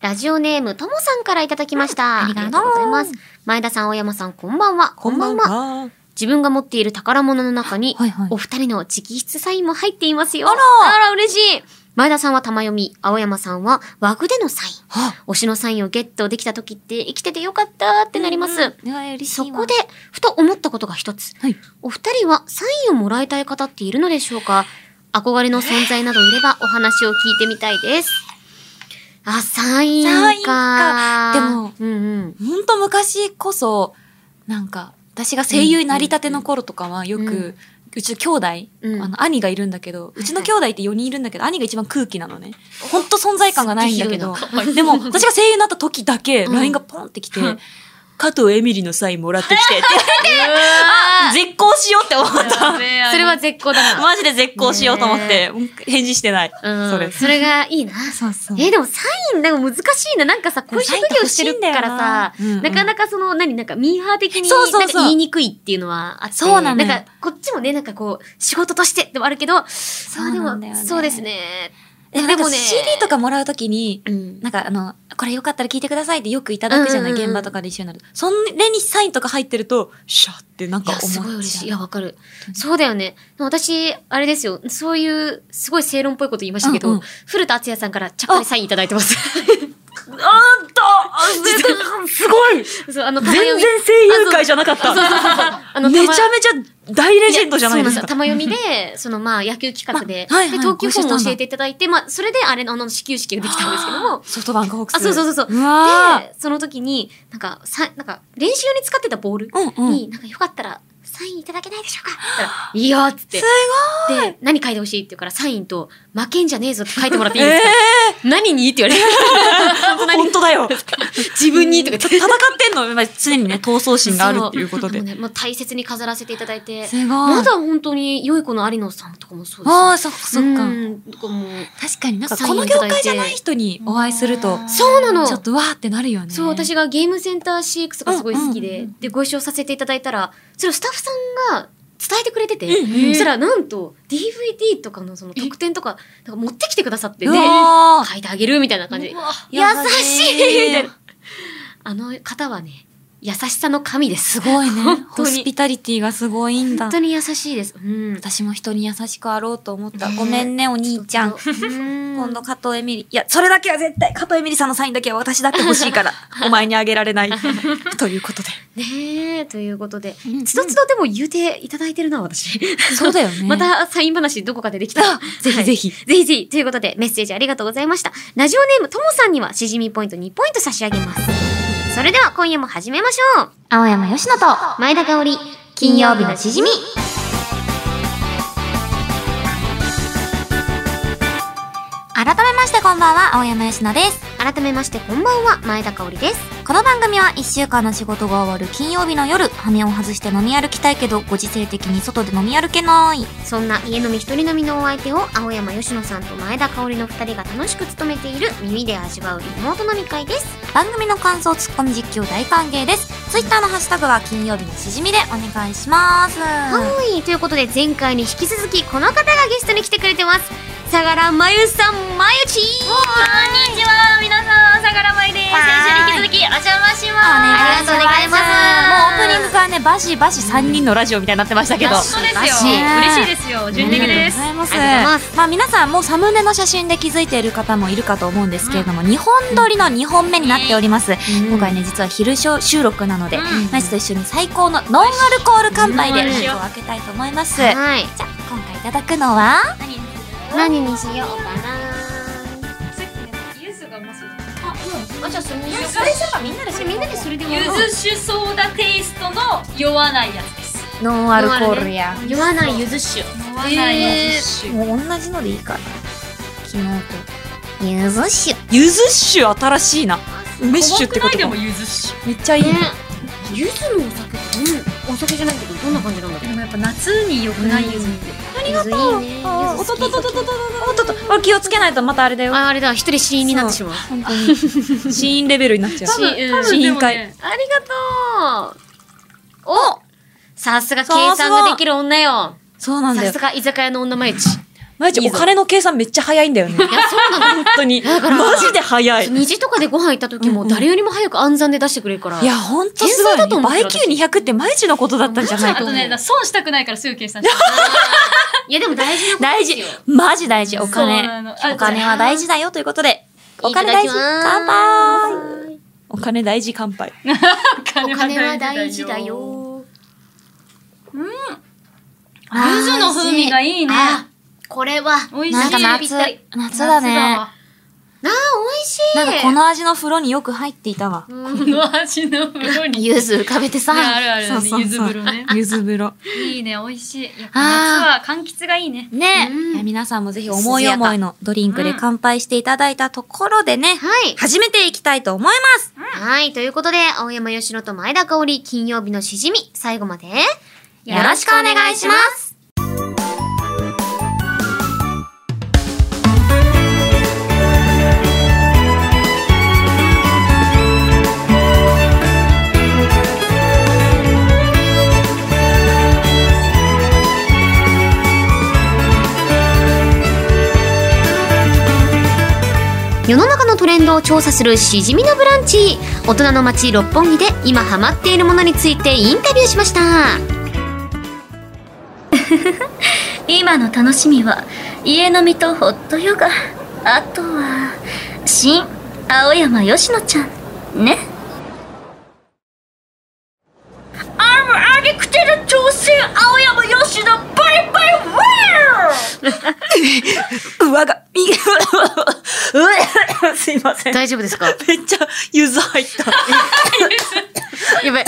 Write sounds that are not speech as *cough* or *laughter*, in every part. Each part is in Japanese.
ラジオネームともさんからいただきました。うんありがとうございます。前田さん、大山さん、こんばんは。こんばん。は。自分が持っている宝物の中に、はいはいお二人の直筆サインも入っていますよ。あらあら、嬉しい。前田さんは玉読み、青山さんは和具でのサイン。は推しのサインをゲットできた時って生きててよかったってなります。うんうん、嬉しいそこで、ふと思ったことが一つ。はい。お二人はサインをもらいたい方っているのでしょうか憧れの存在などいればお話を聞いてみたいです。あ、サインか。サインかでもうんうん。ほんと昔こそ、なんか、私が声優になりたての頃とかはよく、ううんうんちの兄弟、うんあの兄がいるんだけど、うちの兄弟って4人いるんだけど、兄が一番空気なのね。ほんと存在感がないんだけどすっげえ広いな、でも私が声優になった時だけ、うん LINE がポンってきてうん、加藤エミリのサインもらってき *laughs* てって、あ絶交しようって思った。 *laughs* それは絶好だな。マジで絶交しようと思って、返事してない。うん、そそれれ。がいいな。そうそえー、でもサイン、なんか難しいな。なんかさ、こういう職業してるからさ、サインって欲しいんだよななかなかその、何、なんかミーハー的にそうそうそうなんか言いにくいっていうのはあって。そうなのよなんか、こっちもね、なんかこう、仕事としてでもあるけど、そうなんだよねでも、そうですね。でもでもね、ね CD とかもらうときに、うん。なんかあの、これよかったら聞いてくださいってよくいただくじゃない、うんうんうん現場とかで一緒になる。それにサインとか入ってると、シャーってなんいかや、思っすちゃ。ごいう嬉しい。いや、わかる当。にそうだよね。でも私、あれですよ。そういう、すごい正論っぽいこと言いましたけど、うんうん古田敦也さんからちゃっかりサインいただいてます。あんたすごい *laughs* そう、あの、全玉読然み声優界じゃなかっあそうそうた。そうそう。あのめちゃめち玉ゃ大レジェンドじゃないですやか。そうなんですよ玉読みで、そのまあ野球企画で、まあはいはいで投球フォームを教えていただいて、まあそれであれのあの始球式ができたんですけども、ソフトバンクホークス。あ、そうそうそうそう。うわで、その時に、なんか、さ、なんか、練習に使ってたボールーうんうん。に、なんかよかったら、サインいただけないでしょうかって言ったら、いいよっつって。すごいで、何書いてほしいって言うから、サインと、負けんじゃねえぞって書いてもらっていいえですか、え何にって言われ *laughs* ー、本当だよ。て、自分にとか言っ。戦っててんの、まあ常にね、闘争心があるっていうことそでな。のね、もう大切に飾らせていただいて、すごい。まだ本当に良い子の有野さんとかもそうですああ、そっかそっか。うんとかもう確かになんかサイこンのいた業だいて界じゃない人にお会いすると、そうなのちょっとわーってなるよね。そう、私がゲームセンター CX がすごい好きうんうんで、うんで、ご一緒させていただいたら、それをスタッフさんが伝えてくれてて、うんうんそしたらなんと DVD とかのその特典とか、なんか持ってきてくださって、うで、書わーいてあげるみたいな感じでう、わ優しいみたい優しな。あの方はね、優しさの神です。すごいね本当に。ホスピタリティがすごいんだ本当。に優しいです。うん。私も人に優しくあろうと思った。ねえごめんね、お兄ちゃん。今今度加藤エミリ。いや、それだけは絶対、加藤エミリさんのサインだけは私だって欲しいから、お前にあげられ *laughs* ない。ということで。ねえ、ということでうんうん、つどつどでも言うていただいてるな、私。そうだよね *laughs* またサイン話どこかでできたらあ。ぜひぜひはい。ぜひぜひ。ということで、メッセージありがとうございました。ラジオネームともさんには、しじみポイント2ポイント差し上げます。それでは今夜も始めましょう。青山よしのと、前田香織、金曜日のしじみ。改めましてこんばんは、青山よしのです。改めまして、こんばんは、前田香織です。この番組は1週間の仕事が終わる金曜日の夜、羽目を外して飲み歩きたいけど、ご時世的に外で飲み歩けない。そんな家飲み一人飲みのお相手を青山よしのさんと前田香織の2人が楽しく務めている耳で味わうリモート飲み会です。番組の感想、ツッコミ実況大歓迎です。ツイッターのハッシュタグは金曜日のしじみでお願いします。はい、ということで前回に引き続きこの方がゲストに来てくれてます。相良真由さん、まゆちこんにちは、皆さん、相良真由です先週に引き続きお邪魔しまお願あいしりがとますうございます。もうオープニングからね、バシバシ3人のラジオみたいになってましたけど。バ本シ当で素晴らすよしい嬉しいですよ純烈です、ありありがとうごがとうございざいま。ますまあ皆さんもうサムネの写真で気づいている方もいるかと思うんですけれども、2本撮りの2本目になっております。うん今回ね、実は昼ショ収録なので、うんナイスと一緒に最高のノンアルコール乾杯でうんショーを開けたいと思います。じゃあ、はい、今回いただくのは、何にしようかさっきのゆずがうまそうな。あ、じゃあそれにしようばみんなでこれみんなでそれでもゆず酒ソーダテイストの酔わないやつですノンアルコールや。言わないゆず酒。酔わないやつ、もう同じのでいいかな。昨日と。ゆず酒。ゆず酒新しいな。梅怖酒ってくこないとでかも。ゆず酒めっちゃいいねね。、ゆずのお酒ってどん、お酒じゃないけどどんな感じなんだろでもやっぱ夏に良くないゆずって、ありがとう。いいね。あゆおっず好とっきとっとっとっとっとおっとっとこれ気をつけないとまたあれだよ。あ、あれだ、一人死因になってしまう。本当に。死因レベルになっちゃう。多分死因多分死で因も会。ねありがとうおさすが計算ができる女よそうなんださよす。が居酒屋の女毎日まゆちゃん、いいおぞ金の計算めっちゃ早いんだよ *laughs* ね。いや、そう *laughs* なの。本当に。だからマジで早い。 2時とかでご飯行った時うんうもん誰よりも早く暗算で出してくれるから。いや、本当すごい天才だとね。思う倍給200って毎日のことだったんじゃないあとね、損したくないからすぐ計算して。いやでも大事なこと大です事よ。。マジ大事。おそうな金の。あお金は大事だよということで。お金大い事。ただき乾ます杯。お金大事乾杯。おお金は大事だ。よ。柚子の風味がいい。いいね。あ、これは、美味しい。なんかぴ夏ったり、夏だね。わ。なあ、美味しい。なんかこの味の風呂によく入っていたわ。こ *laughs* の味の風呂に。ゆず浮かべてさ。ねあるあるそうそうゆずそう風呂ねゆず風呂。いいね、美味しい。やっぱあ夏は柑橘がいいね。ねうんいや皆さんもぜひ思い思いのドリンクで乾杯していただいたところでね、はい。始めていきたいと思います。はい。ということで、青山吉乃と前田香織、金曜日のしじみ、最後まで、よ。よろしくお願いします世の中のトレンドを調査するしじみのブランチ大人の街六本木で今ハマっているものについてインタビューしました今の楽しみは家飲みとホットヨガあとは新青山佳乃ちゃんねアムアディクテル挑戦青山佳乃バイバイウェうわが、み、 *laughs* うえすいません。 *laughs* 大丈夫ですかめっちゃ、ゆず入った。やばい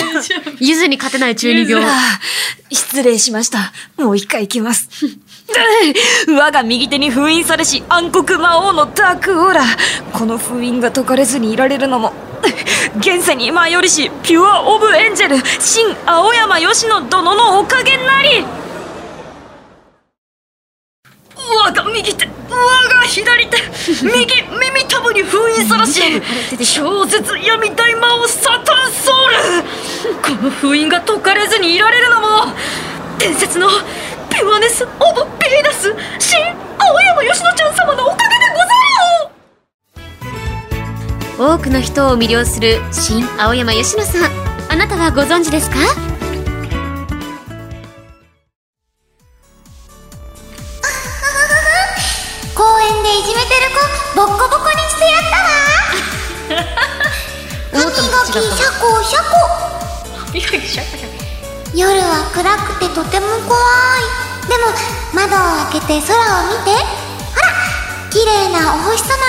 ゆずに勝てない中二病失礼しました。もう一回行きます。 *laughs* 我が右手に封印されし暗黒魔王のダークオーラ。この封印が解かれずにいられるのも。現世に舞い降りし、ピュア・オブ・エンジェル、新青山吉野殿のおかげなり我が右手、我が左手、右耳たぶに封印さらし、超絶闇大魔王サタンソウルこの封印が解かれずにいられるのも、伝説のピュアネス・オブ・ヴィーナス、新青山吉野ちゃん様のおかげでござろう多くの人を魅了する新青山佳乃さんあなたはご存知ですか *laughs* 公園でいじめてる子、ボッコボコにしてや *laughs* ったわ。思ったのと違ったャコシャコ。夜は暗くてとても怖い。でも、窓を開けて空を見て。ほら、綺麗なお星様が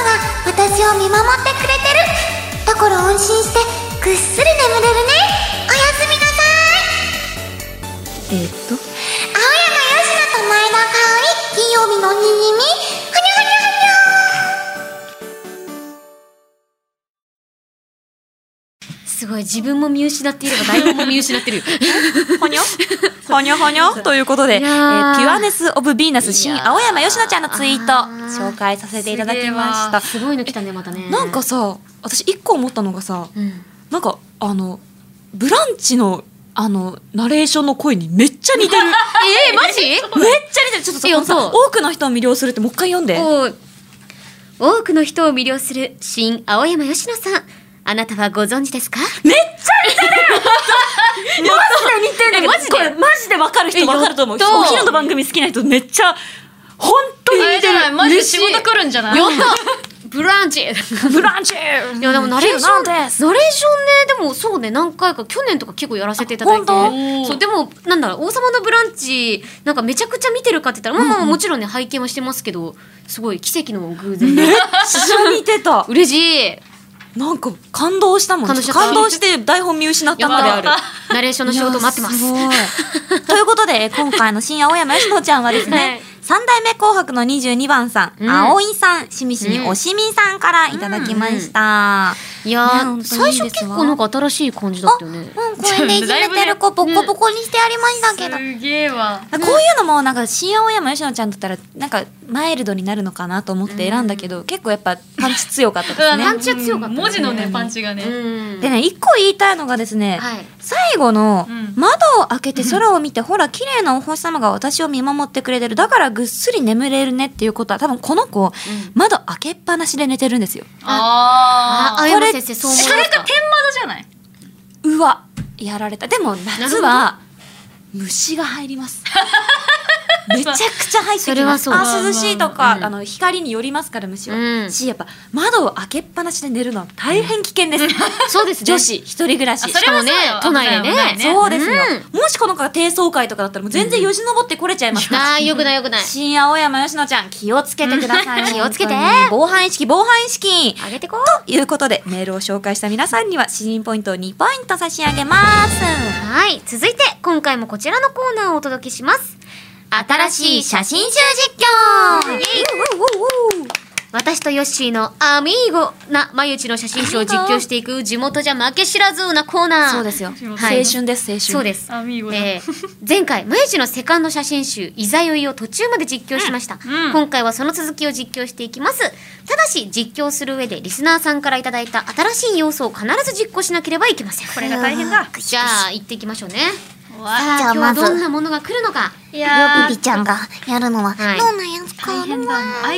私を見守ってくれてる。だから安心して、ぐっすり眠れるね。おやすみなさえい。っと。青山佳乃と前田香織金曜日のににみふにゃふにゃふにゃ *laughs* すごい自分も見失っていれば台本も見失って *laughs* るよほにょほにょほに *laughs* ょということで、えーいピやーュアネス・オブ・ヴィーナス新いやー青山佳乃ちゃんのツイートあー紹介させていただきましすごいの来たねまたねた。なんかさ、私一個思ったのがさ、うんなんかあの、ブランチのあの、ナレーションの声にめっちゃ似 *laughs* てる。めっえー、マジちゃ似てる。ちょっとさえこのさ、本当多くの人を魅了するってもう一回読んで。おう多くの人を魅了する新青山佳乃さんあなたはご存知ですかマジで似てるマジでこれマジでわかる人わかると思う。えやったお昼の番組好きな人めっちゃ、本当にあれ似じてゃるない、。マジで仕事来るんじゃないった *laughs* ブラン *laughs* チいブランチやでもナレーション昼なんですナレーションねでもそうね何回か去年とか結構やらせていただいてあ本当そうでもなんだろう「王様のブランチ」なんかめちゃくちゃ見てるかって言ったら、まあまあもちろんね拝見はしてますけどすごい奇跡の偶然でめっちゃ似てた。嬉しいなんか感動したもん感感動動しちゃった感動して台本見失ったやんであっる。たナレーションの仕事待ってますいやす *laughs* ごいということで、今回の新青山佳乃ちゃんはですはいね、三代目紅白の22番さん、うん葵さん、しみしみうんおしみさんからいただきました。いやね本当にいいー、ですわ最初結構なんか新しい感じだったよね。うん、公園でいじめてる子ボコボコにしてありましたけど。すげえわ。あこういうのもなんか新青山吉野ちゃんだったらなんかマイルドになるのかなと思って選んだけど、結構やっぱパンチ強かったですねパンチは強かったね文字のね、パンチがね。うんでね一個言いたいのがですね、はい。最後のうん窓を開けて空を見て、ほら綺麗なお星様が私を見守ってくれてるだからぐっすり眠れるねっていうことは多分この子、窓開けっぱなしで寝てるんですよああ、あ青ー。山先生、そう思いそまれしがた。天窓じゃないうわやられたでも夏は虫が入ります *laughs* めちゃくちゃ入ってそきれまはすそうあ涼しいとか、うんあの光によりますから虫は、うんしやっぱ窓を開けっぱなしで寝るのは大変危険です、そうですね。 *laughs* 女子一人暮らしあそれしかもねそれ、はそ都うよ内で危なねい危。ないねそうですよ、もしこの子が低層階とかだったらもう全然よじ登ってこれちゃいますからああ、よくないよく *laughs* ない。新青山吉野ちゃん気をつけてくださ *laughs* い気をつけて本当に防犯意識防犯意識上げてこう。ということでメールを紹介した皆さんには詩人ポイントを2ポイント差し上げますはい。続いて、今回もこちらのコーナーをお届けします。新しい写真集実況私とヨッシーのアミーゴな毎日の写真集を実況していく地元じゃ負け知らずなコーナー。そうですよ、はい青春です青春そうです。アミーゴだえー前回毎日のセカンド写真集「いざ酔い」を途中まで実況しました、んうん今回はその続きを実況していきますただし実況する上でリスナーさんからいただいた新しい要素を必ず実行しなければいけませんこれが大変だじゃあ行っていきましょうねさあじゃあ今ま日ずはどんなものが来るのかいやビビちゃんがやるのははいどんなやつか大な、変だ。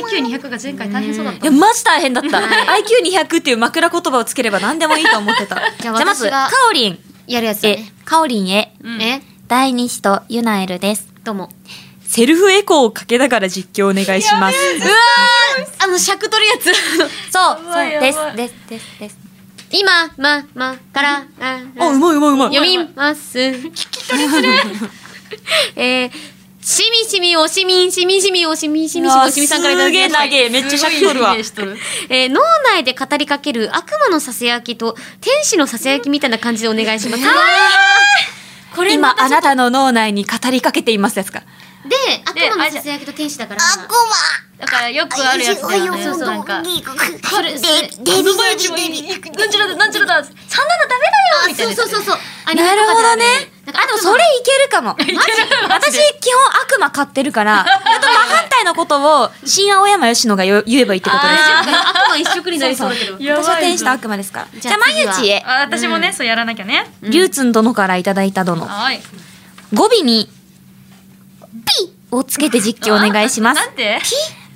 IQ200 が前回大変そうだっいたや。マジ大変だった IQ200 っていう枕言葉をつければ何でもいいと思ってたじ *laughs* じゃゃああまず私がかおりんやるやつだえねかおりんへうんえ第二子とユナエルです。どうもセルフエコーをかけながら実況お願いしますあの尺取るやつそう、うわそうですやば、いです、です、です。今ままからああうまいうまいうまい読みます。聞き取りする。えー、しみしみおしみんしみしみおしみんしみしみおしみさんからいただきましたすげえ投げめっちゃ尺取るわすごいいいねしとるえー脳内で語りかける悪魔のささやきと天使のささやきみたいな感じでお願いします。これ今あなたの脳内に語りかけてい *laughs* ますですかで、悪魔のささやきと天使だから、あ、ごま。だからよくあるやつだよね。そそううそう、なんなか。デビ、れデビ、デビ、デビ。なんちゃらだ、なんちゃらだ。そんなのダメだよみたいそうな。そうそうそう。なるほどねなんかあでとそもそれれいけるかも。 *laughs* 私、基本悪魔買ってる *laughs* から、あと真反対のことを、新青山吉野が言う言えばいいってことですよ。悪魔一色になりそうだけど。やばい私ぞは天使と悪魔ですから。じじゃゃああ、ま次ゆはちへ。あ、私もね、そうやらなきゃね。竜津殿からいただいた殿。はい。語尾に、ピをつけて実況お願いしますな。んて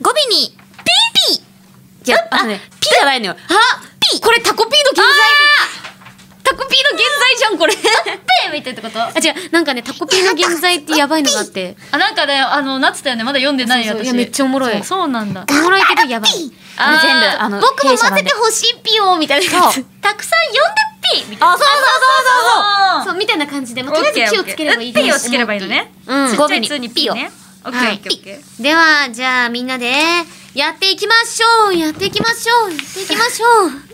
語尾に、ピピじゃあ、あのね、ピじゃないのよ。あこれタコピーの現在タコピーの現在じゃんこれペーみたいなことあ違うなんかねタコピーの現在ってやばいのがあってあ、なんかね、あの、なってたよね。まだ読んでないそうそう私。いやめっちゃおもろいそうそうなんだ。おもろいけどやばいあれ全部、ーあの、僕も弊社混なぜんでて。ほしいピよみたいなやつたくさん読んでピみたいあ、そうそうそうそうそう。なあそうみたいな感じでもうーとりあえずオ火をつッケーければいいでオッケーピーをすつければいいのね。うんちっちゃい通にピーね。オッケはーいオッケーオッケー。ではじゃあみんなでやっていきましょうやっていきましょうやっていきましょう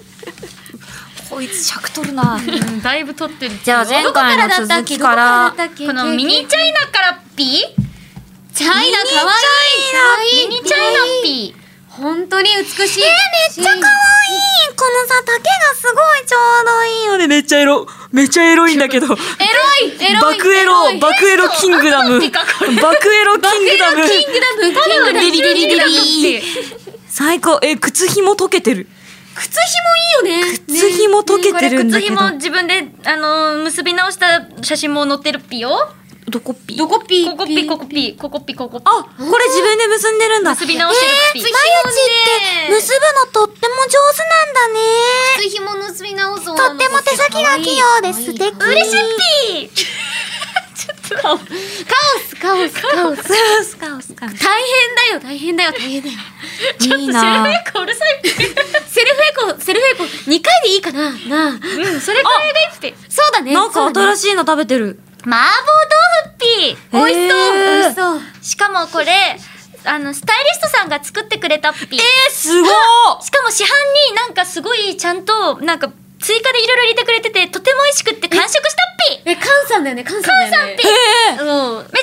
こいつ尺取るな。うんだいぶ撮ってる。じゃあ、前どこか回らのだったっ続けきどこかからだらっ、たっけこのミニチャイナからピーチャイナ可愛いミニチャイナピー本当に美しいえめっちゃ可愛いこのさ、丈がすごいちょうどいいので、めっちゃエロ、めっちゃエロいんだけど、バエロいエロいクエロ、バクエロキング *laughs* ダム、バクエロキングダム、キングダムキングダムビリビリビリリ最高、え、靴紐溶けてる。靴紐いいよね靴紐溶けてるん靴だけど、紐自分で、あのー、結び直した写真も載ってるピよ。どこっぴどこピーここピ、ここピ、ここピ、ここピ。あ、これ自分で結んでるんだ。結び直してるピ。ゆちって結ぶのとっても上手なんだね。靴紐結び直そうとっても手先が器用です。素敵。嬉 *laughs* しい。カオスカオスカオススカオスカオス。大変だよ大変だよ大変だよいいななんかうるさいピ。セルフエコーセルフエコー2回でいいかななあうん、それくらいがいいピ。そうだねなんか新しいしいの食べてる。麻美婆豆腐ピ。味し美そう美味味ししそうしかもこれ、あの、スタイリストさんが作ってくれたピ。えー、すごいしかも市販になんかすごいちゃんと、なんか追加でいろいろ入れてくれてて、とても美味しくって完食したピ。えカンさんだよねカンさんだよねえーカンさんピうんめちゃくちゃ料理が美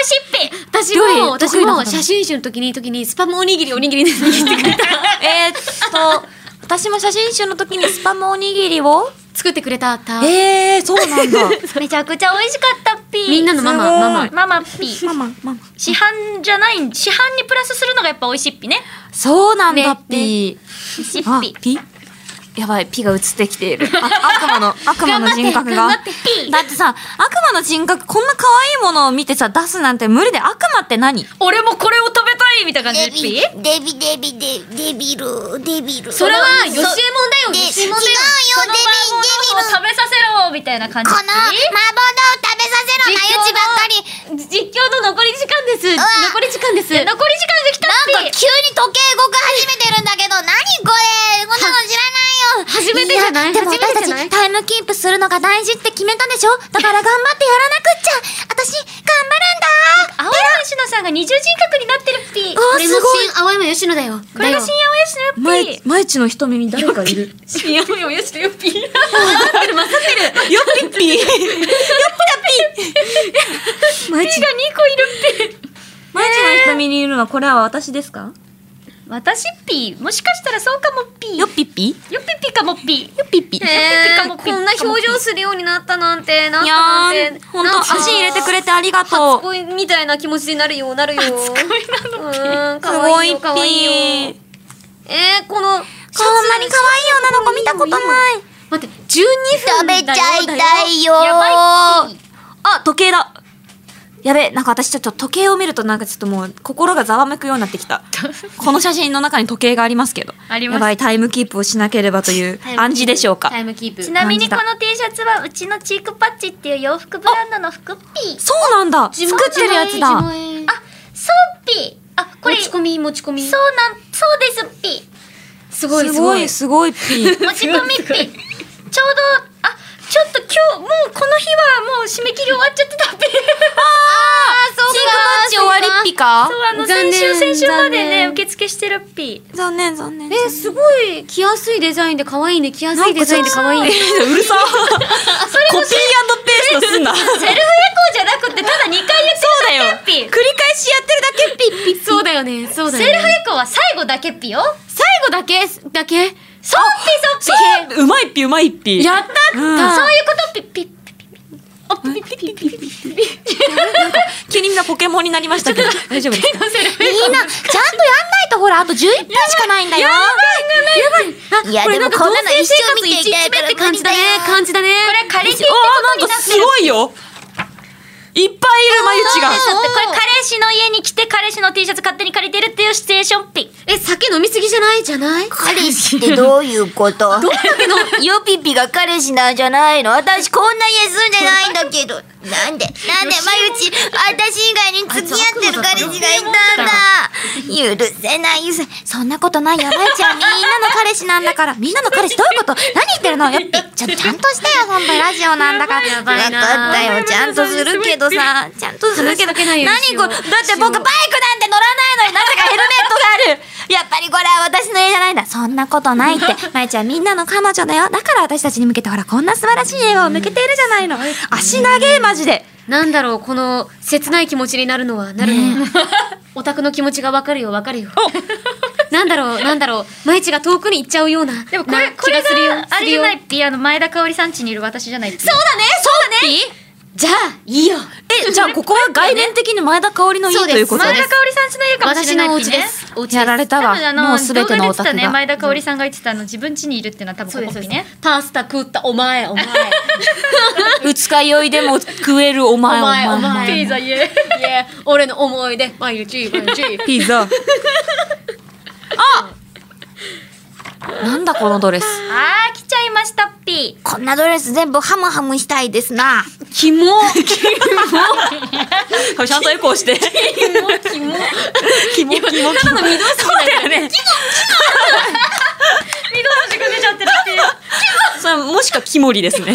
味しいピ。私料理も私得意なもこと写真集の時に時にスパムおにぎりおにぎりで握ってくれたえーっと、私も写真集の時にスパムおにぎりを作ってくれたた、えー、そうなんだめちゃくちゃ美味しかったっぴーみんなのママすごいママママっぴー *laughs* ママママ市販じゃない市販にプラスするのがやっぱ美味しいっぴねそうなんだねピ美味しいっーあぴピやばいピが映ってきているあ悪魔 *laughs* の悪魔の人格が頑張だってピーってさ悪魔の人格こんな可愛いものを見てさ出すなんて無理で悪魔って何俺もこれを食べたいみたいな感じでっぴデビデビデビデデビルデビルそれは吉右衛門だよで吉右衛門だよ違うよその麻婆豆腐を食べさせろみたいな感じこでの麻婆豆腐食べさせろなよちばっかり実況の残り時間ですうわ残り時間です残り時間できたっぴ急に時計動き始めてるんだけど何これこんなの知らないよ初めてじゃないやでも初めて私じゃなたいちタイムキープするのが大事って決めたでしょだから頑張ってやらなくっちゃ私頑張るんだ青山吉野さんが二重人格になってるっぴこれの新青山吉野だよこれが新青山吉野よっぴ毎日の瞳に誰かいる新青山吉野よっぴよっぴっぴよっぴだぴ毎ピ日が二個いるっぴ毎日の瞳にいるのはこれは私ですか私っぴもしかしたらそうかもっぴよっぴっぴよっぴぴかもっぴよっぴっぴえーこんな表情するようになったなんてなっいたなやんてーほんと足入れてくれてありがとう初恋みたいな気持ちになるよなるよ初恋なのうんすかごわいいいよかわいいよっぴえー、このそんなに可愛い女の子見たことない待って12分食べちゃいだよたいよやばいっぴあ時計だやべえなんか私ちょっと時計を見るとなんかちょっともう心がざわめくようになってき *laughs* たこの写真の中に時計がありますけどありますやばいタイムキープをしなければというタイムキープ暗示でしょうかタイムキープちなみにこの T シャツはうちのチークパッチっていう洋服ブランドの服っぴそうなんだ作ってるやつだああそうっぴあここれ持れちそう込み持ち込みなんそうですっぴすごいすすごごいいすごい *laughs* ピー持ち込みっぴちょうどあちょっと今日もうこの日はもう締め切り終わっちゃってたっぴそうチークパッチ終わりっぴかそうあの残先念週先週まで残ね念受付してるっぴ残念残念えすごい着やすいデザインで可愛いね着やすいデザインで可愛いねうるさコピーペーストすん *laughs* なそうセルフエコーじゃなくてただ2回言だよっ繰りてるだけっぴ返しやってるだけピッピッ *laughs* そうだよねそうだセルよフねエコーは最後だけっぴよ最後だけだけそうっぴそうっそううまいっぴうまいっぴやったった、うんぴそうそういうことっぴっぴ急にみんなポケモンになりましたけど大丈夫 *laughs* ですかみんなちゃんとやんないとほらあと11分しかないんだよいやこれでなんもかこんなの一生見同棲生ていたいか活1日目らって感じだね感じだねこれカレーってこあーとなんになかってするごいよいっぱいいるまゆちがだってこれ彼氏の家に来て彼氏の T シャツ勝手に借りてるっていうシチュエーションっぴえ酒飲みすぎじゃないじゃない彼氏ってどういうことどヨピピが彼氏なんじゃないの私こんな家住んでないんだけど。なんでなんでまゆち、私以外に付き合ってる彼氏がいたんだ。許せないぜ。そんなことないよまゆちゃんみんなの彼氏なんだからみんなの彼氏どういうこと何言ってるのよっぴちょっとちゃんとしてよほんとラジオなんだからやばいなわかったよちゃんとするけどさちゃんとするけ話しどかけないようにし何よこうれだって僕バイクなんて乗らないのになぜかヘルメットがあるやっぱりこれは私の家じゃないんだそんなことないって *laughs* まゆちゃんみんなの彼女だよだから私たちに向けてほらこんな素晴らしい笑顔を向けているじゃないの足投げマジでなんだろうこの切ない気持ちになるのはなるの *laughs* オタクの気持ちがわかるよわかるよ *laughs* なんだろうなんだろう毎日が遠くに行っちゃうようなでもこれなこれ気するよがあれじゃないするよっぴあの前田香織さん家にいる私じゃないっぴそうだねそうだねじゃあいいよえじゃあここは概念的に前田香織の家そうでとすいうこと前で田す香織さん家の家かもしれ私ないのおっぴ家でねすお家やられた多わ分あのもうすべての動オ画タで言ってたクねが前田香織さんが言ってたあの自分家にいるっていうのは多そうで分こすこっぴねパスタ食ったお前お前二日酔いでも食えるお前おお前前お前ピザイエいや俺の思い出毎日毎日ピザあなんだこのドレスあー来ちゃいましたっぴこんなドレス全部ハムハムしたいですな。キモちゃんとエコーしてキモ *laughs* キモキモキモただの緑だよね緑の字が出ちゃってるっぴそれもしかキモリですね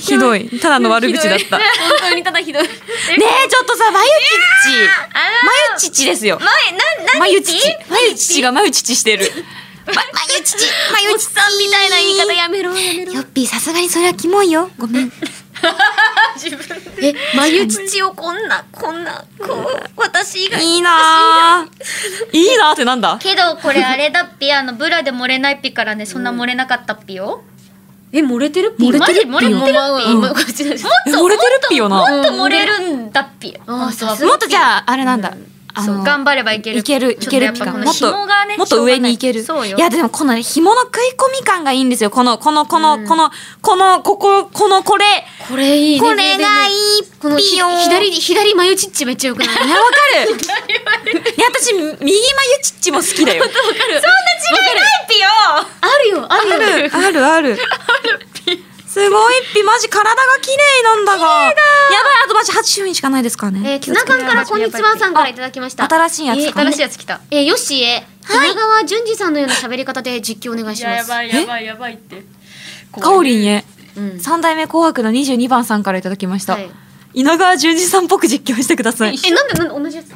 ひどいただの悪口だったね本当にただひどいえちょっとさまゆちっちあまゆちちですよ前なま何ゆっちぴちまゆちちがまゆちちしてるまゆちち、まゆちさんみたいな言い方やめろやめろよっぴーさすがにそれはキモいよごめんえ、眉乳をこんな、こんな、こう、私以外。いいなーいいなーってなんだけどこれあれだっぴあのブラで漏れないっぴからねそんな漏れなかったっぴよ、え、漏れてるピーマジ漏れてるっぴうんもっえ漏れてるっぴよなと漏れるんだっぴあーさすもっとじゃああれなんだ、あそうの頑張ればいけるいけるいちょっとけるやっピぱカこものっと紐がねもっと上にいけるしょうがないそうよいやでもこの紐の食い込み感がいいんですよこのこのこの、このこのこここのこれ *laughs* これいいね。これがいいこのひピヨーン左、左眉乳めっちゃよくないいやわかるいや私右眉チッチも好きだよあるよ、あるあよ。るあるあるすごいピマジ体が綺麗なんだがやばいあとマジ8分しかないですからねえー、ツナ缶からこんにちはさんからいただきました。新しいやつえーか新新しいやつ。しいやつ来たえー、よしえ、品川淳二さんのような喋り方で実況お願いします。いやばいやばいってかおりんへうん。三代目紅白の22番さんからいただきました、はい稲川淳二さんっぽく実況してくださいえ、なんで、なんで同じやつ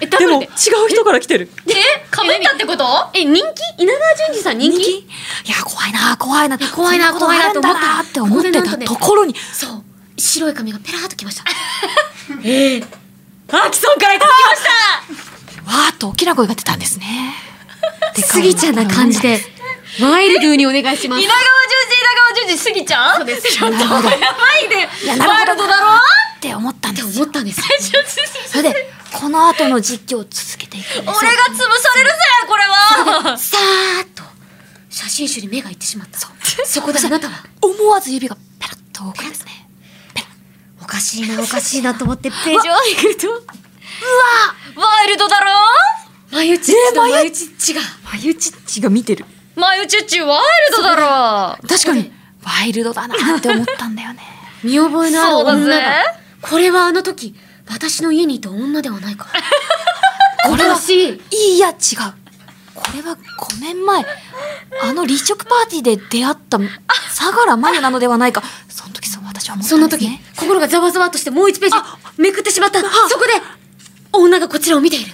え、ダでブルも違で。う人から来てるえかぶったってことえ、人気稲川淳二さん人気いや怖いな怖いな怖いなそんことあるんだなって思っ怖ていなと思ったたところにそう。白い髪がペラーっときました。アキソンからいただきましたわーっと大きな声が出たんですね *laughs* スギちゃんな感じで、ワイルドゥにお願いします。稲川淳二稲川淳二すぎちゃんそうですちょっとやばいでいやなるワほイどルドだなろって思ったんです思ったんです。それでこの後の実況を続けていくんで俺が潰されるぜこれはさーっと、写真集に目がいってしまった。そこであなたは、思わず指がペラッと動くんですねおかしいな、おかしいなと思って、ページをめくるとワイルドだろ眉乳の眉乳が。眉チッチが見てるマユチュッチュワイルドだろ確かにワイルドだなって思ったんだよね *laughs* 見覚えのあるそう女だぜがこれはあの時私の家にいた女ではないかこれは私いいや違うこれは5年前あの離職パーティーで出会った相良真由なのではないかその時そう私は思っそたんのです時ね心がざわざわっとしてもう一ページめくってしまったそこで女がこちらを見ている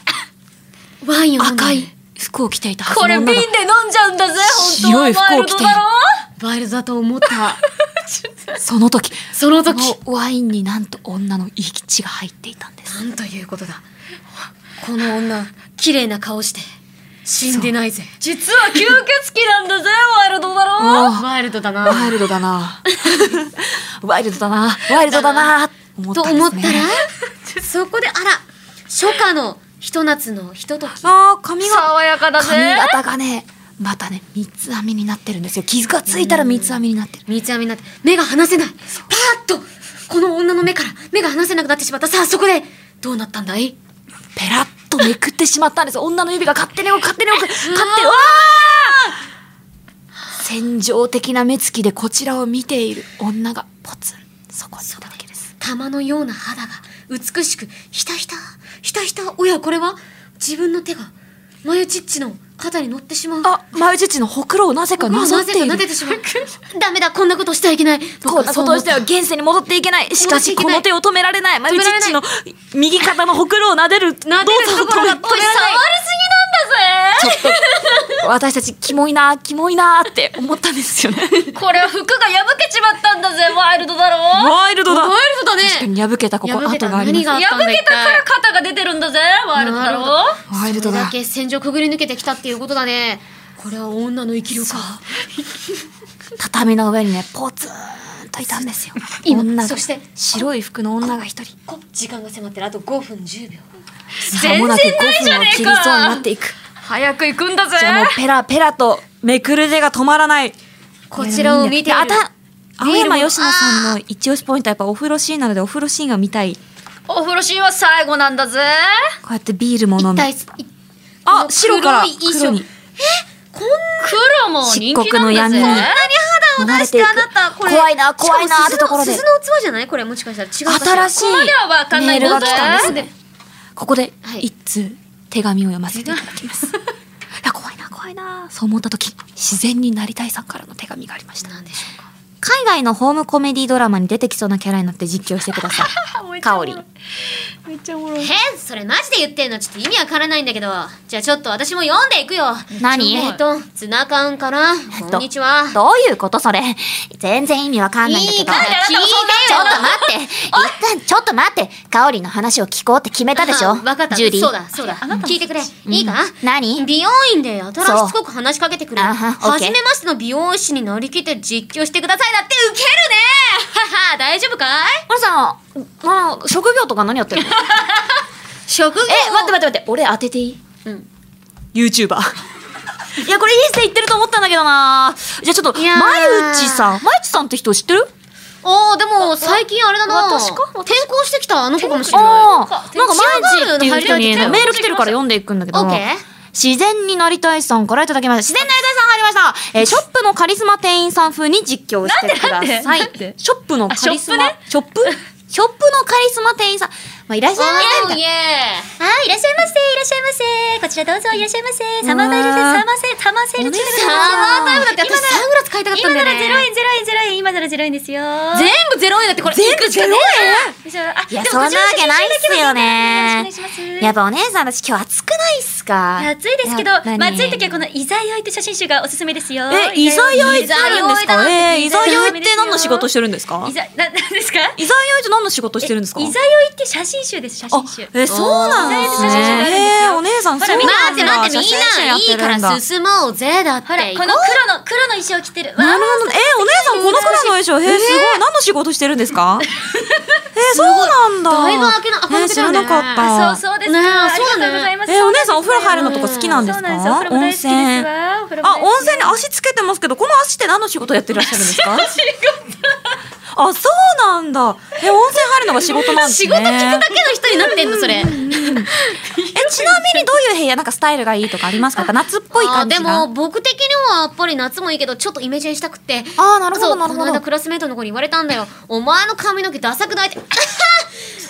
ワインを飲んで赤い服を着ていたはずのこれ女瓶がで飲んじゃうんだぜ本当白いは服を着てワイルドだろワイルドだと思ったその時 *laughs* その時このワインになんと女の息血が入っていたんですなんということだこの女綺麗な顔して死んでないぜ実は吸血鬼なんだぜワイルドだろワイルドだなワイルドだ *laughs* なワイルドだなワイルドだな思っとたん思でっすたねら *laughs* そこであら初夏のひと夏のひとときあー髪が爽やかだぜ髪型がねまたね三つ編みになってるんですよ傷がついたら三つ編みになってる三つ編みになって目が離せないパーッとこの女の目から目が離せなくなってしまったさあそこでどうなったんだいペラッとめくってしまったんです女の指が勝手に動く勝手に動く勝手にわー戦場的な目つきでこちらを見ている女がポツンそこにいたわけです玉のような肌が美しくひたひたひたひたおやこれは自分の手がマユチッチの肩に乗ってしまうあ眉父のほくろをなぜかもうななぞっぜてかい撫るでてしまうダメだこんなことしてはいけないこんなことをしては僕そう思っ現世に戻っていけない。しかし、戻っていけこないの手を止められない。マユめチられッないチの右肩のほくろを撫でる動作を止められない。これ触りすぎなんだぜちょっと、私たち、キモいな、キモいなって思ったんですよね。これは服が破けちまったんだぜワイルドだろワイルドだ。ワイルドだね確かに破けたここ、破けた跡があります。何が破けたから肩が出てるんだぜワイルドだろなワイルドそれだだ。け戦場くぐり抜けてきたっていうことだねこれは女の生き力か畳の上にね、ポツンといたんですよ。今女がそして白い服の女が一人。こ時間が迫ってるあと5分10秒さあ、もなく5分を切りそうになっていく。早く行くんだぜじゃあもう、ペラペラと、めくる手が止まらない。こちらを見ているあた青山吉野さんの一押しポイントはやっぱお風呂シーンなのでお風呂シーンが見たい。お風呂シーンは最後なんだぜこうやってビールも飲む。大好きあ、白から黒い衣装黒に。黒も人気なんだぜ漆黒の闇に肌を出してあなたこれ怖いな怖いなってところでしかも鈴の鈴の器じゃないこれもしかしたら違う新いしここまではわかいんなメいールもがんね来たんですね。ここではい一通手紙を読ませていただきます。いや怖いな怖いなそう思った時自然になりたいさんからの手紙がありました。なんでしょうか海外のホームコメディドラマに出てきそうなキャラになって実況してくださ *laughs* い。香り。へえそれマジで言ってんのちょっと意味わからないんだけどじゃあちょっと私も読んでいくよ何えっとツナ缶かなこんにちはどういうことそれ全然意味わかんないんだけいど。いから聞いてよちょっと待って。一旦、ちょっと待って。香りの話を聞こうって決めたでしょあわかったジュリー。そうだそうだ聞いてくれいいか何美容院でやたらしつこく話しかけてくるそうあはオッ初ケーめましての美容師になりきって実況してくださいだってウケるねはは大丈夫かいマルさん、まあ、職業とか何やってるのえ、 *laughs* 職業待って待って待って。俺当てていいうん ?YouTuber。いや、これいい線いってると思ったんだけどなじゃあちょっと、いやーまゆちさん。まゆちさんって人知ってるあーでも最近あれだな私か転校してきたあの子かもしれないああー、なんか毎日っていう人にメール来てるから読んでいくんだけど。オッケー自然になりたいさんからいただきました。自然になりたいさん入りました。えーショップのカリスマ店員さん風に実況してください。ショップのカリスマ、ショップショップのカリスマ店員さん。まあ、いらっしゃいまおせみたーいイな。エあ、いらっしゃいませ、いらっしゃいませ。こちらどうぞいらっしゃいませ。サマータイルです。うわーサマーセ、サマーセール中でございーますサマータイムだって私サングラス買いたかったん今だなよら0ね円、0円、0円。今なら0円ですよ。全部ゼロ円だってこれ全部ゼよロいしょあいや、でもそんなわけないっすよごね住所教えていただければいいんでよろしくお願いします。。やっぱお姉さんたち今日暑くないっすか暑いですけど、やっぱりまあ、暑い時はこのイザヨイと写真集がおすすめですよ。え、イザヨイっイてザあるんでヨイだすかえー、イザヨイっイて何の仕事してるんですかイザ、な、なんですかイザヨイって何の仕事してるんですかイザヨイって写真集です、写あ真集。、え、そうなんですイザヨイって写真集があるんですよね。えー、お姉さんそうなんだ。待って待ってみんないいから進もうぜだってほら、この黒の、黒の衣装着てる。わあなるほど。え、お姉さんこの子なの衣装。へえ、すごい。何の仕事してるんですかえ、そうなんだ。だいぶ開けな開けえな知きゃらねなかった。そうそうですねえか。ありそうねがとうございます。え、お姉さんお風呂入るのととか好きなんでそすうなんですよ。お風か呂も温大好きです泉。あ、わ。お風呂も大好き温泉に足つけてますけど、この足って何の仕事やってらっしゃるんです *laughs* かあ、そうなんだ。え、温泉入るのが仕事なんですね。仕事聞くだだけの人になってんのそれえ、ちなみにどういう部屋、なんかスタイルがいいとかありますかやっぱ夏っぽいあー感じでが。も僕的にはやっぱり夏もいいけどちょっとイメチェンしたくってあーなるほどそうなるほどこの間クラスメートの子に言われたんだよお前の髪の毛ダサくないって *laughs*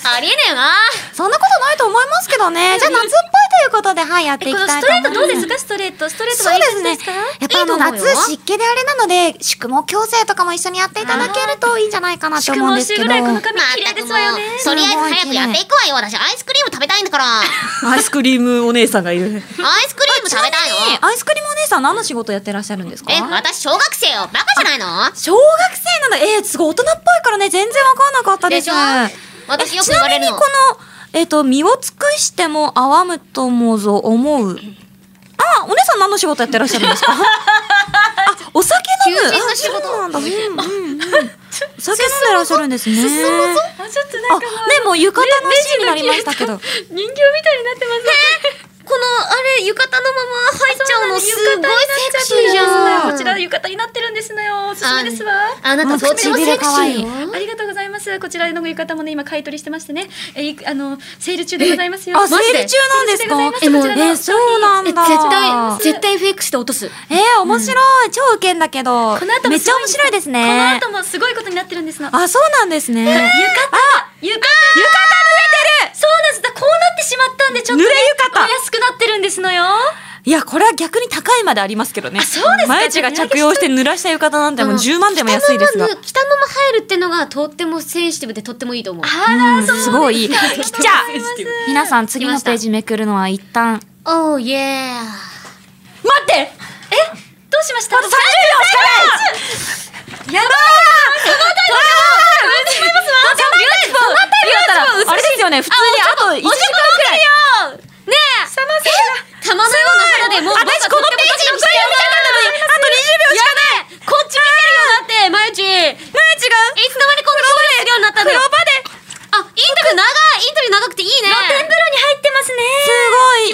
ありえねえよなそんなことないと思いますけ *laughs* どね。じゃあ夏っぽいということで、はい、やっていきこたいのスと思います。トレートどうですかストレート。ストレートそはういでかすがねですか。やっぱあのいいと思う夏よ湿気であれなので宿毛矯正とかも一緒にやっていただけるといいんじゃないかなと思うんですけど。宿毛臭いぐらいこの髪ま綺麗ですわたよくねもうとりあえず早くやっていくわよ私アイスクリーム食べたいんだから *laughs* アイ *laughs* アイスクリームお姉さんがいる。スクリーム食べたいのアイスクリームお姉さんは何の仕事やってらっしゃるんですか？え私小学生よバカじゃないの小学生なんだ。えー、すごい大人っぽいからね全然わかんなかったで。ですしょ私よくち言なわれみるにのこのえっ、と身を尽くしても憐むともぞ思う。あ、お姉さん何の仕事やってらっしゃるんです *laughs* か？あ、お酒飲む。求人の仕事あそうなんだ。うん *laughs* うんうん。お酒飲んでらっしゃるんですね。あちょっとなあ、んねかもう、もう浴衣のシーンになりましたけど。人形みたいになってますね。このあれ浴衣のまま入っちゃうのすごいセクシーじゃゃうんこちら浴衣になってるんですのよ。おすすめですわ。あなたとってもセクシーよありがとうございます。こちらの浴衣もね、今買い取りしてましてね、えーいくあのセール中でございますよ。あ、整理中なんですかセール中でございえ、ますこちらのそうなんだ。絶対絶対 FX で落とすえー、面白い。超ウケんだけど。この後もめっちゃ面白いですね。この後もすごいことになってるんですの。あ、そうなんですね。あ、浴衣浴衣濡れてるそうなんです。こうなってしまったんで、ちょっと、濡れ浴衣お安くなってるんですのよ。いや、これは逆に高いまでありますけどね。そうですか毎日が着用して濡らした浴衣なんてもう10万でも安いですが着。たまま着たまま入るってのがとってもセンシティブでとってもいいと思ううんすご *laughs* いいい。じゃあ、皆さん次のページめくるのは一旦。おーイエー待ってどうしましたあと30秒しかやないばいあれですよね、普通にあと1時間くらい。イ玉のような腹でもう私このページの最後見たかったのに、あと20秒しかないこっだちって毎日いまやちがつの間にこんな商売するようになったんだ風よ呂あ場で、インタビュー長いインタビュー長くていいね露天風呂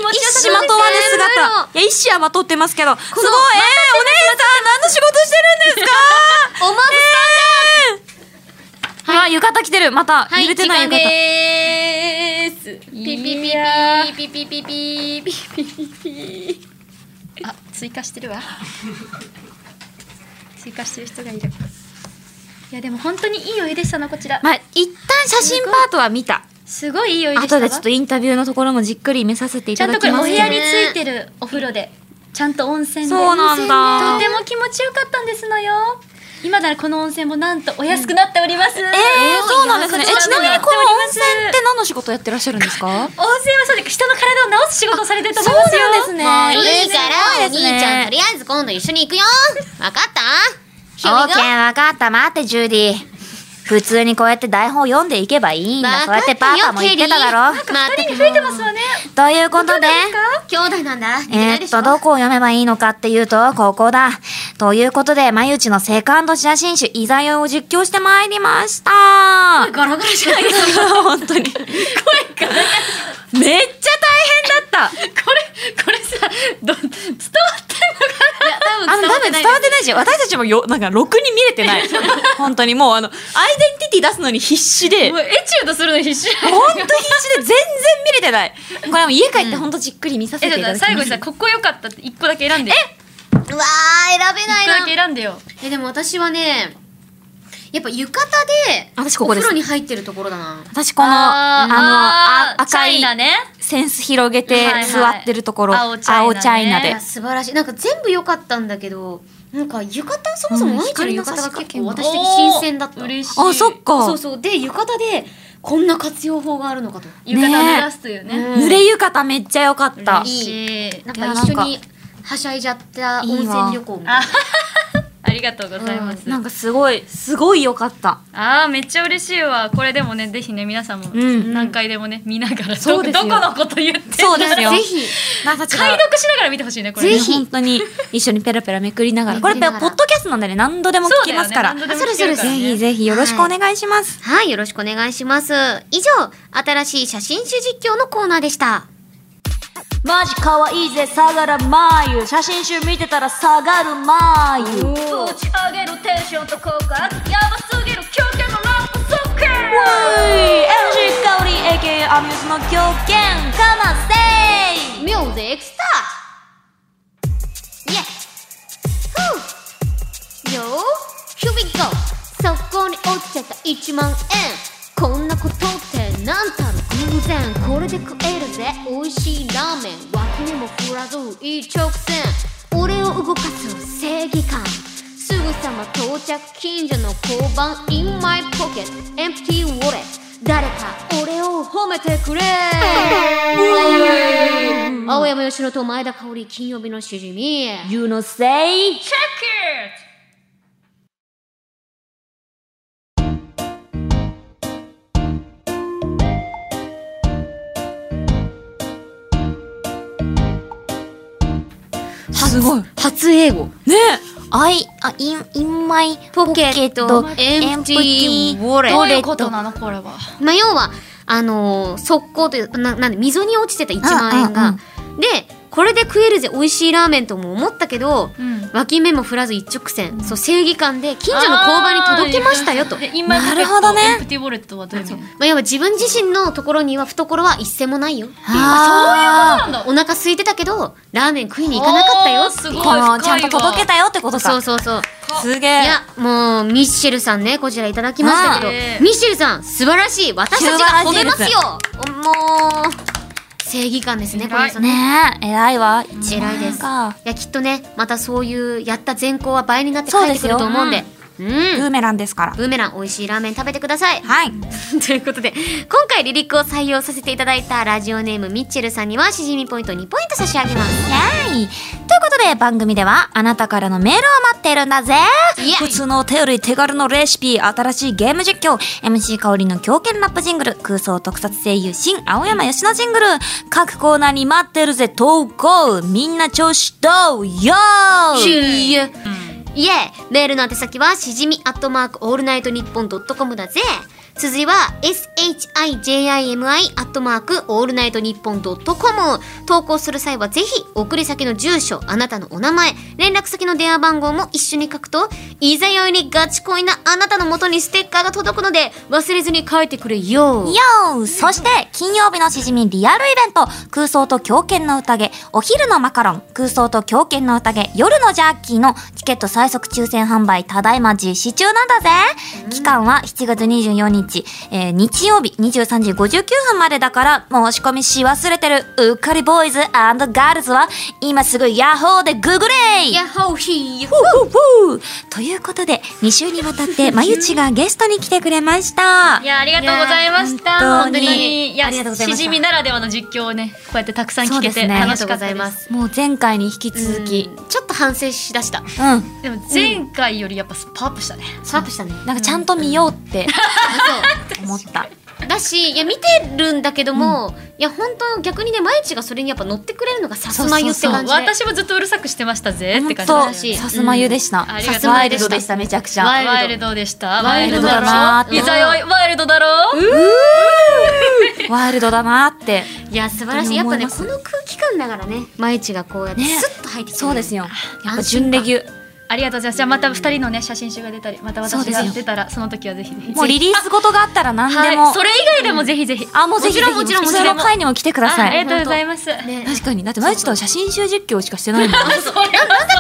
に入ってますね。ちすごいよさ一矢そうまですねとわぬ姿いや一矢まとってますけどすごいえー、お姉さん何の仕事してるんですか思わずうわ浴衣着てるまたはい揺れてない時間浴衣でーすピピピいやピピピピピピあ、追加してるわ。追加してる人がいる。いやでも本当にいいお湯でしたのこちら。まあ一旦写真パートは見たすごいいいお湯でした後わ。でちょっとインタビューのところもじっくり見させていちゃたんだときこれおます部け屋どについてるお風呂でちゃんと温泉でそうなんだとても気持ちよかったんですのよ今ならこの温泉もなんとお安くなっております、ええー、そうなんですね。え、ちなみにこの温泉って何の仕事やってらっしゃるんです *laughs* か温泉はそうで人の体を治す仕事をされてると思いますよそうなんですねもういいから、お兄全然いいですねちゃん、とりあえず今度一緒に行くよ。わかったひよオーみケがー、わかった。待って、ジュディ。普通にこうやって台本を読んでいけばいいんだ。わこかうやってパよパも言ってただろ。ケリーなんか二人に増増えてますわねということで、兄弟なんだ。似てなえいでーっしょと、どこを読めばいいのかっていうと、ここだ。ということで、まゆちのセカンド写真集、イザヨンを実況してまいりました。ガラガラじゃない *laughs* ですか本当に。声が。めっちゃ大変だった。これこれさど伝わってんのかなあの、多分伝わってないし、私たちもよ、なんか、ろくに見れてない。本当にもう、あの、アイデンティティ出すのに必死で、もうエチュードするの必死本当必死で全然見れてない。これも家帰って本当じっくり見させえていただかだらきます。最後にさここ良かったって一個だけ選んでえうわー、選べない一個だなけ。選んでよえ、でも私はね、やっぱ浴衣で、私ここですお風呂に入ってるところだな。私この、あの、あー赤チャイいナねセンス広げてはいはい座ってるところ、青チャイナね青チャイナいでや。素晴らしい。なんか全部良かったんだけど、なんか浴衣、そもそも毎日の浴衣が結構私的に新鮮だった。嬉しいあ、そっか。そうそう。で、浴衣で、こんな活用法があるのかと。浴衣を濡らすというねね濡れ浴衣めっちゃ良かった。嬉しいなんいやかなん一か緒にはしゃいじゃった温泉旅行みたいなあありがとうございます、なんかすごい、すごい良かった。あーめっちゃ嬉しいわこれでもねぜひね皆さんもん何回でもね見ながらそどうどですよこのこと言ってそうですよ。ぜひなんか違う解読しながら見てほしいねこれねぜひ本当に一緒にペラペラめくりながら。これ、めくポりながッらドキャストなんでね、何度でも聞きますから。そうぜだよね何度でも聞けるからねひぜひよろしくお願いします。はい、よろしくお願いします。以上、新しい写真集実況のコーナーでした。マジ可愛いぜ、下がらまゆ。写真集見てたら下がるまゆ。ぶち上げるテンションと効果やばすぎる狂犬のラップソッケーおい !MC 香り AKA アミューズの狂犬、かませミュージックスタートイエふうよー Here we go そこに落ちてた1万円こんなことってなんたる偶然これで食えるぜ美味しいラーメン脇にも振らず一直線俺を動かす正義感すぐさま到着近所の交番 In my pocket empty wallet 誰か俺を褒めてくれ青山吉野と前田香織金曜日のしじみ You know say! すごい。ね初英語え。あい、あ、イン、インマイポケットエンプティーウォレットどういうことなのこれはまあ要はあのー、速攻というななんで溝に落ちてた1万円ああがでこれで食えるぜ美味しいラーメンとも思ったけど、ん脇目も振らず一直線、そう正義感で近所の交番に届けましたよと。で今なるほどねエンプティーウォレットはどういう意味まあ、要は自分自身のところには懐は一銭もないよ。ああ、お腹空いてたけどラーメン食いに行かなかったよっていうおーすごいこの、ちゃんと届けたよってことそうか。そうそう。すげいえ。やもうミッシェルさんねこちらいただきましたけど、はいえーミッシェルさん素晴らしい私たちが褒めますよもう正義感ですねこ偉のい人ねねえ、偉いわ。一偉番いですか。いやきっとねまたそういうやった善行は倍になって帰ってくると思うんでうん、ブーメランですから。ブーメラン美味しいラーメン食べてくださいはい。 *laughs* ということで今回リリックを採用させていただいたラジオネームミッチェルさんにはしじみポイント2ポイント差し上げますイエーイということで番組ではあなたからのメールを待っているんだぜイエーイ普通のお手より手軽のレシピ新しいゲーム実況 MC 香りの狂犬ラップジングル空想特撮声優新青山吉野ジングル各コーナーに待ってるぜ投稿みんな調子どうよいえ、いえ、メールの宛先はしじみアットマークオールナイトニッポンドットコムだぜ。綴りは shijimi アットマークオールナイトニッポンドットコム。投稿する際はぜひ送り先の住所、あなたのお名前、連絡先の電話番号も一緒に書くと、いざよいにガチ恋なあなたの元にステッカーが届くので忘れずに書いてくれよ。よーそして金曜日のしじみリアルイベント空想と狂犬の宴お昼のマカロン空想と狂犬の宴夜のジャーキーのチケット最速抽選販売ただいま実施中なんだぜ期間は7月24日、えー日曜日23時59分までだから申し込みし忘れてるうっかりボーイズガールズは今すぐヤッホーでググれいやっほーひーふうふうということで、2週にわたって、まゆちがゲストに来てくれました。いやありがとうございましいやた本本当当ににいやありがとうございまししたじみならではの実況をねこうやってたくさん聞けそうでてすねあ楽しかったりがとうございでますすもう前回に引き続き、うんちょっと反省しだしたうん、でも前回よりやっぱスパワーアップしたねスワップ *laughs* したね、なんかちゃんと見ようって思 *laughs* った。だしいや見てるんだけども、いや本当逆にねまゆちがそれにやっぱ乗ってくれるのがさすまゆって感じで私もずっとうるさくしてましたぜって感本当、じじさすまゆでした。ありがとうございますワイルドでした、めちゃくちゃ。ワイルドでしたワイルドだなーっていざよワイルドだろうワイルドだなって。いや素晴らしいやっぱね本当この空気感だからねまゆちがこうやってねスッと入ってきてそうですよよ。やっぱ準レギュ。ありがとうございますじゃあまた二人のね写真集が出たりまたそうで私すがよ出たらその時はぜひぜひもうリリース事があったら何ではも。いそれ以外でもぜひぜひあ、もうぜひぜひ、もちろんもち普通ろんもちろのん回にも来てくだあさあい。りがとうございます確かに。だって、まゆちとは写真集実況しかしてないもん。なんだ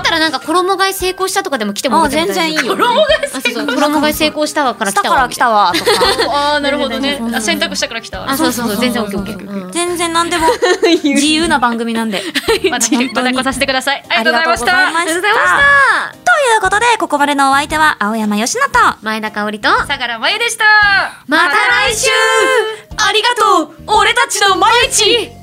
ったらなんか衣替え成功したとかでも来てもらってもあ全然いいよ衣替え成功 *laughs* 衣替え成功したわから来下たかわら来たわ、とか。ああなるほどねあ洗濯したから来たわあそうそうそう全然オッケーオッケーうん *laughs* 全然何で *laughs* も自由な番組なん *laughs* で。またまた来させてくださいありがとうございましありがとうございましたたということで、ここまでのお相手は、青山よしと、前田香織と相良真由でしたまた来週ありがとう俺たちのまゆち